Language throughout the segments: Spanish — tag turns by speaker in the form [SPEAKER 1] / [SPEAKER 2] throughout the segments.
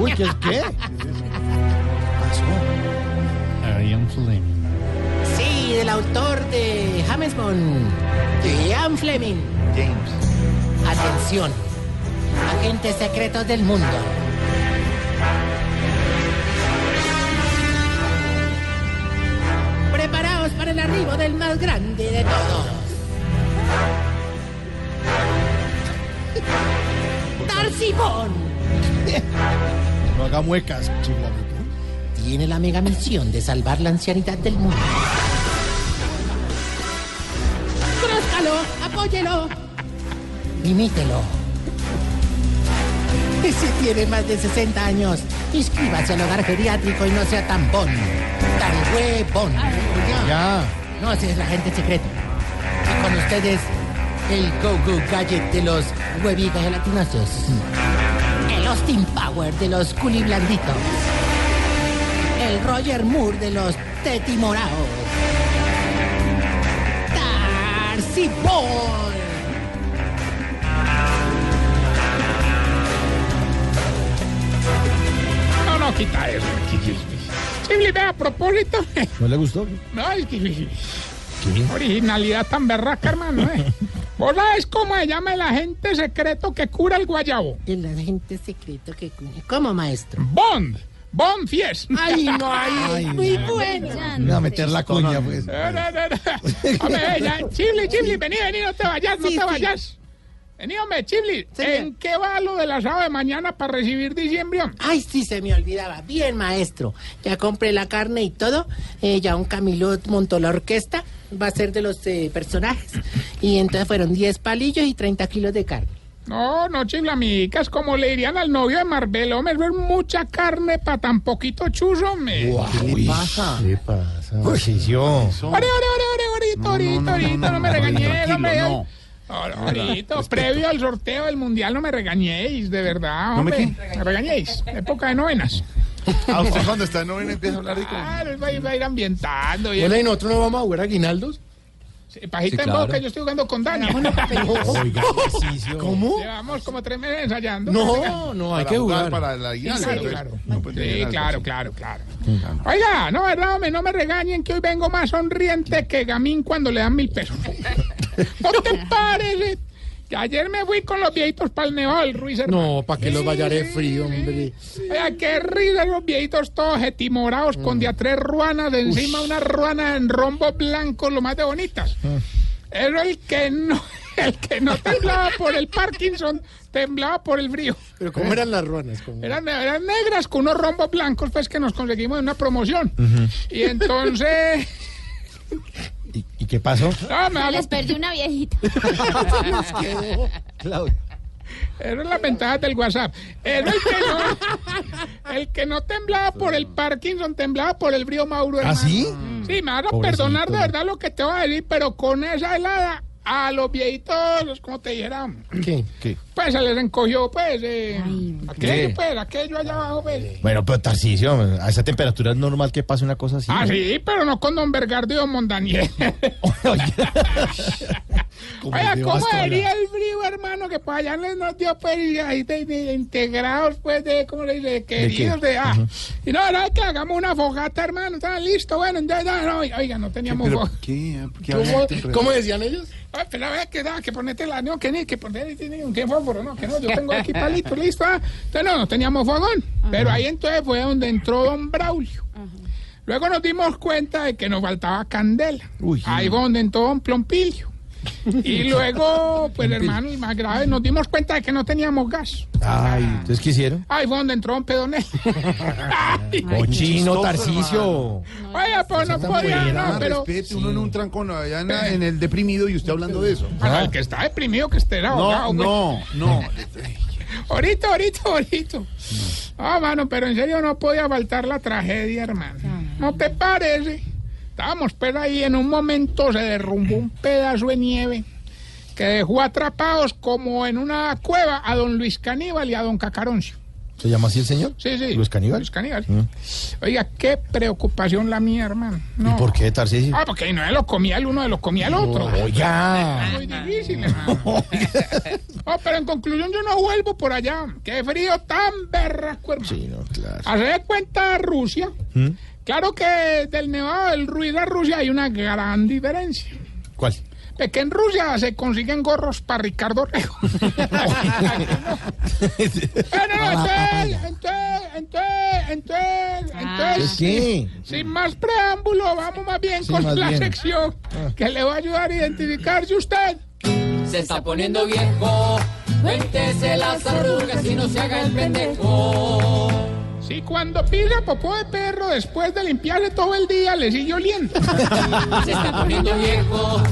[SPEAKER 1] Uy, ¿qué es qué?
[SPEAKER 2] Ian Fleming.
[SPEAKER 3] Sí, del autor de James Bond, Ian Fleming.
[SPEAKER 1] James.
[SPEAKER 3] Atención, agentes secretos del mundo. Preparaos para el arribo del más grande de todos. Darcy Bond.
[SPEAKER 1] No haga muecas, chifladito.
[SPEAKER 3] tiene la mega misión de salvar la ancianidad del mundo. ¡Conózcalo! ¡Apóyelo! Imítelo. Y si tiene más de 60 años, inscríbase al hogar geriátrico y no sea tan bon, tan huevón.
[SPEAKER 1] Ya.
[SPEAKER 3] No, ese es la gente secreta. Y con ustedes, el Go-Go Gadget de los huevitos gelatinosos. El Austin Power de los culiblanditos. El Roger Moore de los tetimoraos. Darcy Ball.
[SPEAKER 2] No, no, quita eso. Simple a propósito.
[SPEAKER 1] ¿No le gustó?
[SPEAKER 2] No, es que. Originalidad tan berraca, hermano. eh. ¿Vos sabés cómo se llama el agente secreto que cura el guayabo?
[SPEAKER 3] El agente secreto que cuña. ¿Cómo, maestro?
[SPEAKER 2] Bond. Bond Fies.
[SPEAKER 3] ¡Ay, no, ay! ¡Muy bueno!
[SPEAKER 1] Me va a meter la cuña, pues.
[SPEAKER 2] No, no, no, no. eh, Hombre, eh, ya, Chibli, Chibli, vení, vení, no te vayas, no
[SPEAKER 3] Sí,
[SPEAKER 2] te
[SPEAKER 3] sí.
[SPEAKER 2] vayas. Vení, hombre, Chibli,
[SPEAKER 3] Señor.
[SPEAKER 2] ¿en qué va lo del asado de mañana para recibir diciembre? hombre?
[SPEAKER 3] Ay, sí, se me olvidaba. Bien, maestro. Ya compré la carne y todo. Eh, ya un Camilo montó la orquesta. Va a ser de los eh, personajes. Y entonces fueron 10 palillos y 30 kilos de carne.
[SPEAKER 2] No, no, chiflamicas, como le dirían al novio de Marvel, hombre, es ver mucha carne para tan poquito chuzo, hombre.
[SPEAKER 1] ¿Qué le pasa? ¿Qué pasa? yo.
[SPEAKER 2] Ore, ore, ore, ore, orito, orito, orito, no me regañéis, hombre. Ahora, Orito, previo al sorteo del mundial no me regañéis, de verdad, hombre. me, regañéis, época de novenas.
[SPEAKER 4] A usted cuando está en novena empieza a hablar de como-
[SPEAKER 2] Claro, va, a ir- va a ir ambientando. Y
[SPEAKER 1] Bueno, ¿y nosotros no vamos a jugar a Guinaldos?
[SPEAKER 2] Sí, Pajita en boca, yo estoy jugando con Dani.
[SPEAKER 1] ¿Cómo?
[SPEAKER 2] Llevamos como tres meses ensayando.
[SPEAKER 1] No, no, hay
[SPEAKER 4] para
[SPEAKER 1] que
[SPEAKER 4] jugar,
[SPEAKER 1] jugar.
[SPEAKER 4] Para la guía,
[SPEAKER 2] Sí,
[SPEAKER 4] entonces,
[SPEAKER 2] claro.
[SPEAKER 4] no puede tener
[SPEAKER 2] Sí,
[SPEAKER 4] algo
[SPEAKER 2] claro,
[SPEAKER 4] así.
[SPEAKER 2] claro, claro. Oiga, no, verdad, hombre, no me regañen que hoy vengo más sonriente que Gamín cuando le dan mil pesos. no te pares. Que ayer me fui con los viejitos para el Nevado, el Ruiz hermano.
[SPEAKER 1] No, para que los vallaré frío, hombre.
[SPEAKER 2] Oiga, qué risa los viejitos todos etimorados con de a tres ruanas de encima una ruana en rombo blanco, lo más de bonitas. Era el que no, el que no temblaba por el Parkinson, temblaba por el frío.
[SPEAKER 1] Pero ¿cómo eran las ruanas? ¿Cómo?
[SPEAKER 2] Eran, eran negras con unos rombos blancos, pues que nos conseguimos en una promoción. Y entonces.
[SPEAKER 1] ¿Y, y qué pasó?
[SPEAKER 2] No, me
[SPEAKER 5] Se
[SPEAKER 2] hago-
[SPEAKER 5] Ah, les perdió una viejita.
[SPEAKER 1] Claudio.
[SPEAKER 2] eran las ventajas del WhatsApp. Era el que no, el que no temblaba por el Parkinson, temblaba por el brío Mauro.
[SPEAKER 1] ¿Ah,
[SPEAKER 2] hermano.
[SPEAKER 1] sí?
[SPEAKER 2] Sí, me van a
[SPEAKER 1] Pobrecito.
[SPEAKER 2] perdonar de verdad lo que te voy a decir, pero con esa helada a los viejitos, como te dijera,
[SPEAKER 1] ¿Qué? ¿Qué?
[SPEAKER 2] pues se les encogió, pues. eh, aquello,
[SPEAKER 1] ¿Qué?
[SPEAKER 2] pues, aquello allá abajo, pues.
[SPEAKER 6] Bueno, pero Tarcicio, a esa temperatura es normal que pase una cosa así.
[SPEAKER 2] Ah, sí, pero no con Don Bergardo y Don Mondaniel. Oye, ¿cómo sería el frío, hermano? Que para allá les nos dio pues y ahí de, de- de integrados, pues, de, ¿cómo le dice? De queridos, de, ah. Y no, no, que hagamos una fogata, hermano. Está listo, bueno, ya, ya, no, oiga, no teníamos
[SPEAKER 4] Pero,
[SPEAKER 2] fogata.
[SPEAKER 4] ¿qué? ¿Por qué
[SPEAKER 1] ¿Cómo,
[SPEAKER 4] hablan de-
[SPEAKER 1] cómo decían ellos?
[SPEAKER 2] Ay, pero a ver, Ah, que, da, que ponete la, no, que ni, que ponete, tiene un que fósforo, no, que no, yo tengo aquí palito, listo, ah. Entonces, no, no teníamos fogón. Pero ahí entonces fue donde entró Don Braulio. Luego nos dimos cuenta de que nos faltaba candela.
[SPEAKER 1] Uy.
[SPEAKER 2] Ahí fue donde entró Don Plompilio. Y luego, pues hermano, y más grave, nos dimos cuenta de que no teníamos gas.
[SPEAKER 6] Ay, entonces ¿qué hicieron?
[SPEAKER 2] Ahí fue donde entró Don Pedonel. Ay,
[SPEAKER 6] Cochino,
[SPEAKER 4] chistoso,
[SPEAKER 6] Tarcicio.
[SPEAKER 2] Oiga, pues no
[SPEAKER 1] Esa
[SPEAKER 2] podía,
[SPEAKER 1] mujer,
[SPEAKER 2] no,
[SPEAKER 1] ah,
[SPEAKER 4] Ah,
[SPEAKER 2] pero...
[SPEAKER 4] respete, uno en un trancón allá en, en el deprimido y usted hablando de eso.
[SPEAKER 2] Bueno, el que está deprimido, que esté ahogado.
[SPEAKER 4] No,
[SPEAKER 2] pues.
[SPEAKER 4] no, no.
[SPEAKER 2] Ahorita, ahorita, ahorita. Ah, mano, pero en serio no podía faltar la tragedia, hermano. ¿No te parece? Estábamos pues ahí, en un momento se derrumbó un pedazo de nieve que dejó atrapados como en una cueva a don Luis Caníbal y a don Cacaroncio.
[SPEAKER 6] ¿Se llama así el señor?
[SPEAKER 2] Sí, sí.
[SPEAKER 6] ¿Los caníbales?
[SPEAKER 2] Los caníbales.
[SPEAKER 6] Mm.
[SPEAKER 2] Oiga, qué preocupación la mía, hermano. No.
[SPEAKER 6] ¿Y por qué, Tarcisio?
[SPEAKER 2] Ah, porque no lo comía el uno, lo comía el otro.
[SPEAKER 6] Oiga.
[SPEAKER 2] Muy difícil, hermano. Oh, pero en conclusión yo no vuelvo por allá. Qué frío tan berrasco, hermano.
[SPEAKER 6] Sí, no, claro.
[SPEAKER 2] Hacer de cuenta Rusia.
[SPEAKER 6] ¿Mm?
[SPEAKER 2] Claro que del Nevado del Ruiz a Rusia hay una gran diferencia.
[SPEAKER 6] ¿Cuál?
[SPEAKER 2] Es que en Rusia se consiguen gorros para Ricardo Rego. Bueno,
[SPEAKER 6] Ah,
[SPEAKER 2] entonces, entonces, entonces, entonces, entonces,
[SPEAKER 6] ¿Qué?
[SPEAKER 2] sin más preámbulo, vamos más bien
[SPEAKER 6] Ah. Sí,
[SPEAKER 2] con
[SPEAKER 6] más
[SPEAKER 2] la
[SPEAKER 6] bien. Ah.
[SPEAKER 2] sección que le va a ayudar a identificarse usted.
[SPEAKER 5] Se está poniendo viejo. Cuéntese las arrugas y no se haga el pendejo.
[SPEAKER 2] Si cuando pisa popó de perro después de limpiarle todo el día le sigue oliendo.
[SPEAKER 5] Se está poniendo viejo.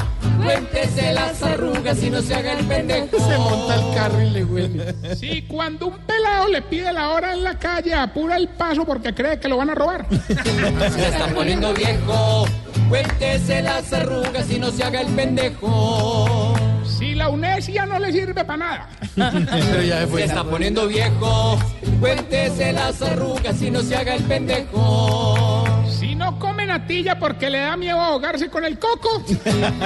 [SPEAKER 5] Cuéntese las arrugas y no se haga el pendejo.
[SPEAKER 1] Se monta el carro y le huele.
[SPEAKER 2] Si cuando un pelado le pide la hora en la calle apura el paso porque cree que lo van a robar.
[SPEAKER 5] Se está poniendo viejo. Cuéntese las arrugas y no se haga el pendejo.
[SPEAKER 2] Si la unesia no le sirve para nada.
[SPEAKER 1] Pero ya se
[SPEAKER 5] Se
[SPEAKER 1] fue.
[SPEAKER 5] está poniendo viejo. Cuéntese las arrugas y no se haga el pendejo.
[SPEAKER 2] Si no come natilla porque le da miedo ahogarse con el coco.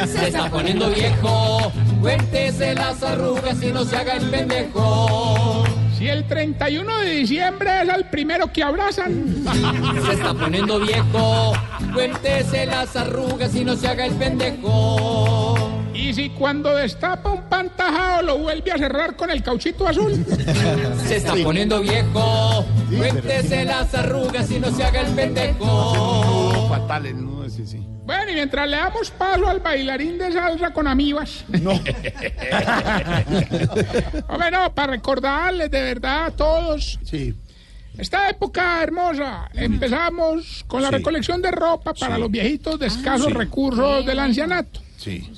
[SPEAKER 5] Se está poniendo viejo. Cuéntese las arrugas y no se haga el pendejo.
[SPEAKER 2] Si el 31 de diciembre es el primero que abrazan.
[SPEAKER 5] Se está poniendo viejo. Cuéntese las arrugas y no se haga el pendejo.
[SPEAKER 2] Y si cuando destapa un pan tajado lo vuelve a cerrar con el cauchito azul.
[SPEAKER 5] Se está poniendo viejo. Cuéntese las arrugas y no se haga el pendejo.
[SPEAKER 4] No, fatales, no, sí, sí.
[SPEAKER 2] Bueno, y mientras le damos paso al bailarín de salsa con amibas. No. Hombre, no, para recordarles de verdad a todos
[SPEAKER 4] Sí.
[SPEAKER 2] esta época hermosa. Empezamos con la recolección de ropa para los viejitos
[SPEAKER 4] Ah,
[SPEAKER 2] de escasos recursos del ancianato.
[SPEAKER 4] Sí.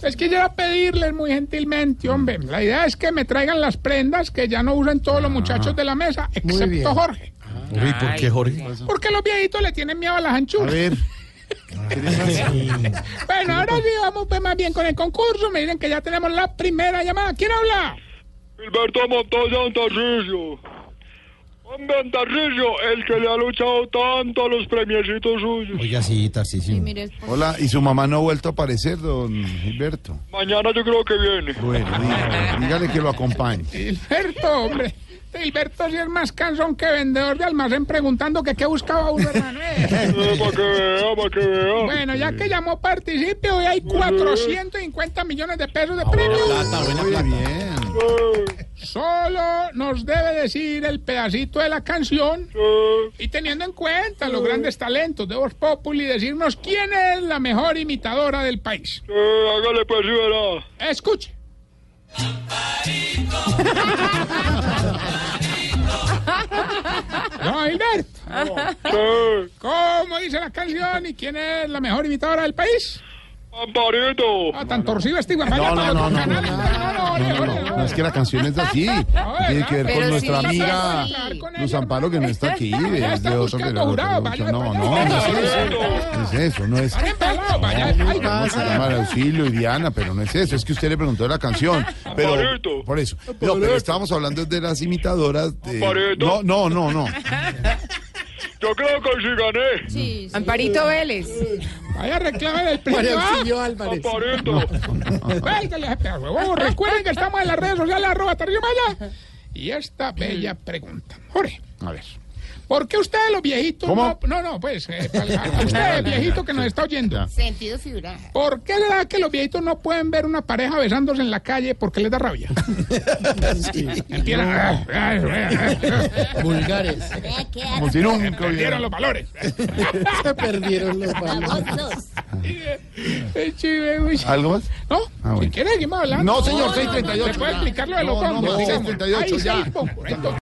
[SPEAKER 2] Es que quisiera pedirles muy gentilmente, hombre, la idea es que me traigan las prendas que ya no usan todos los
[SPEAKER 4] Ah.
[SPEAKER 2] muchachos de la mesa,
[SPEAKER 1] bien.
[SPEAKER 2] excepto Jorge.
[SPEAKER 6] Uy, ¿por qué, Jorge?
[SPEAKER 2] Porque los viejitos le tienen miedo a las
[SPEAKER 4] A
[SPEAKER 2] anchuras.
[SPEAKER 4] ver.
[SPEAKER 2] Bueno, ahora sí vamos pues, más bien con el concurso. Me dicen que ya tenemos la primera llamada. ¿Quién habla?
[SPEAKER 7] Gilberto Montoya Antarrillo. Hombre, Antarrillo, el que le ha luchado tanto a los premiecitos suyos.
[SPEAKER 6] Oiga, sí, Tarcisio.
[SPEAKER 4] Hola, ¿y su mamá no ha vuelto a aparecer, don Gilberto?
[SPEAKER 7] Mañana yo creo que viene.
[SPEAKER 4] Bueno, dígale, dígale que lo acompañe.
[SPEAKER 2] Gilberto, hombre. Gilberto sí es más cansón que vendedor de almacén preguntando que qué buscaba uno, hermano. eh.
[SPEAKER 7] Eh, para que vea, para que vea.
[SPEAKER 2] Bueno, ya que llamó participe, hoy hay 450 millones de pesos de
[SPEAKER 1] Ah,
[SPEAKER 2] premios.
[SPEAKER 4] Muy bien.
[SPEAKER 7] Eh,
[SPEAKER 2] Solo nos debe decir el pedacito de la canción
[SPEAKER 7] eh,
[SPEAKER 2] y teniendo en cuenta los grandes talentos de Voz Populi, decirnos quién es la mejor imitadora del país.
[SPEAKER 7] eh, hágale pues y verá.
[SPEAKER 2] Escuche. No, Gilberto.
[SPEAKER 7] Eh,
[SPEAKER 2] ¿Cómo dice la canción y quién es la mejor imitadora del país?
[SPEAKER 7] Amparito.
[SPEAKER 2] Ah, tan torcido este güey.
[SPEAKER 4] No,
[SPEAKER 2] Vaya
[SPEAKER 4] no,
[SPEAKER 2] para
[SPEAKER 4] no,
[SPEAKER 2] otro
[SPEAKER 4] no, no,
[SPEAKER 2] canal. No, no, no,
[SPEAKER 4] No,
[SPEAKER 2] no, no,
[SPEAKER 4] no,
[SPEAKER 2] no.
[SPEAKER 4] no, es que la canción es así. Tiene que ver con nuestra amiga Luz Amparo, que no está aquí. Es de otro que no, no, no, no es eso. No es eso, no es.
[SPEAKER 2] Paren para el lado, vaya, ay,
[SPEAKER 4] No, se llama el auxilio y Diana, pero no es eso. Es que usted le preguntó la canción. Pero,
[SPEAKER 7] Amparito.
[SPEAKER 4] por eso. No, pero estábamos hablando de las imitadoras. de-
[SPEAKER 7] Amparito.
[SPEAKER 4] No, no, no, no.
[SPEAKER 7] Yo creo que sí gané.
[SPEAKER 8] Amparito Vélez.
[SPEAKER 2] Vaya reclame del
[SPEAKER 1] María
[SPEAKER 2] premio. ¿ah?
[SPEAKER 1] Auxilio Álvarez.
[SPEAKER 7] Amparito.
[SPEAKER 2] Véngale, jefe, a huevo. Recuerden que estamos en las redes sociales, arroba Tarcisio Maya. Y esta bella pregunta. Jorge,
[SPEAKER 4] A ver.
[SPEAKER 2] ¿por qué ustedes los viejitos...
[SPEAKER 4] ¿Cómo?
[SPEAKER 2] No, no, no, pues, eh, a a ustedes viejito que nos está oyendo.
[SPEAKER 4] Ya.
[SPEAKER 8] Sentido figurado.
[SPEAKER 2] ¿Por qué será que los viejitos no pueden ver una pareja besándose en la calle porque les da rabia? Empiezan,
[SPEAKER 1] Vulgares.
[SPEAKER 4] Como si nunca hubiera-
[SPEAKER 2] Perdieron los valores.
[SPEAKER 1] Se perdieron los valores.
[SPEAKER 2] Eh, chive, uy.
[SPEAKER 4] ¿Algo más?
[SPEAKER 2] ¿No?
[SPEAKER 4] Ah, bueno.
[SPEAKER 2] Si quieres, seguimos hablando.
[SPEAKER 4] No, señor, 638.
[SPEAKER 2] ¿Se puede explicar lo de los
[SPEAKER 4] No, no,
[SPEAKER 2] combos? digamos?
[SPEAKER 4] 638,
[SPEAKER 2] Hay
[SPEAKER 4] ya.
[SPEAKER 2] seis combos, entonces.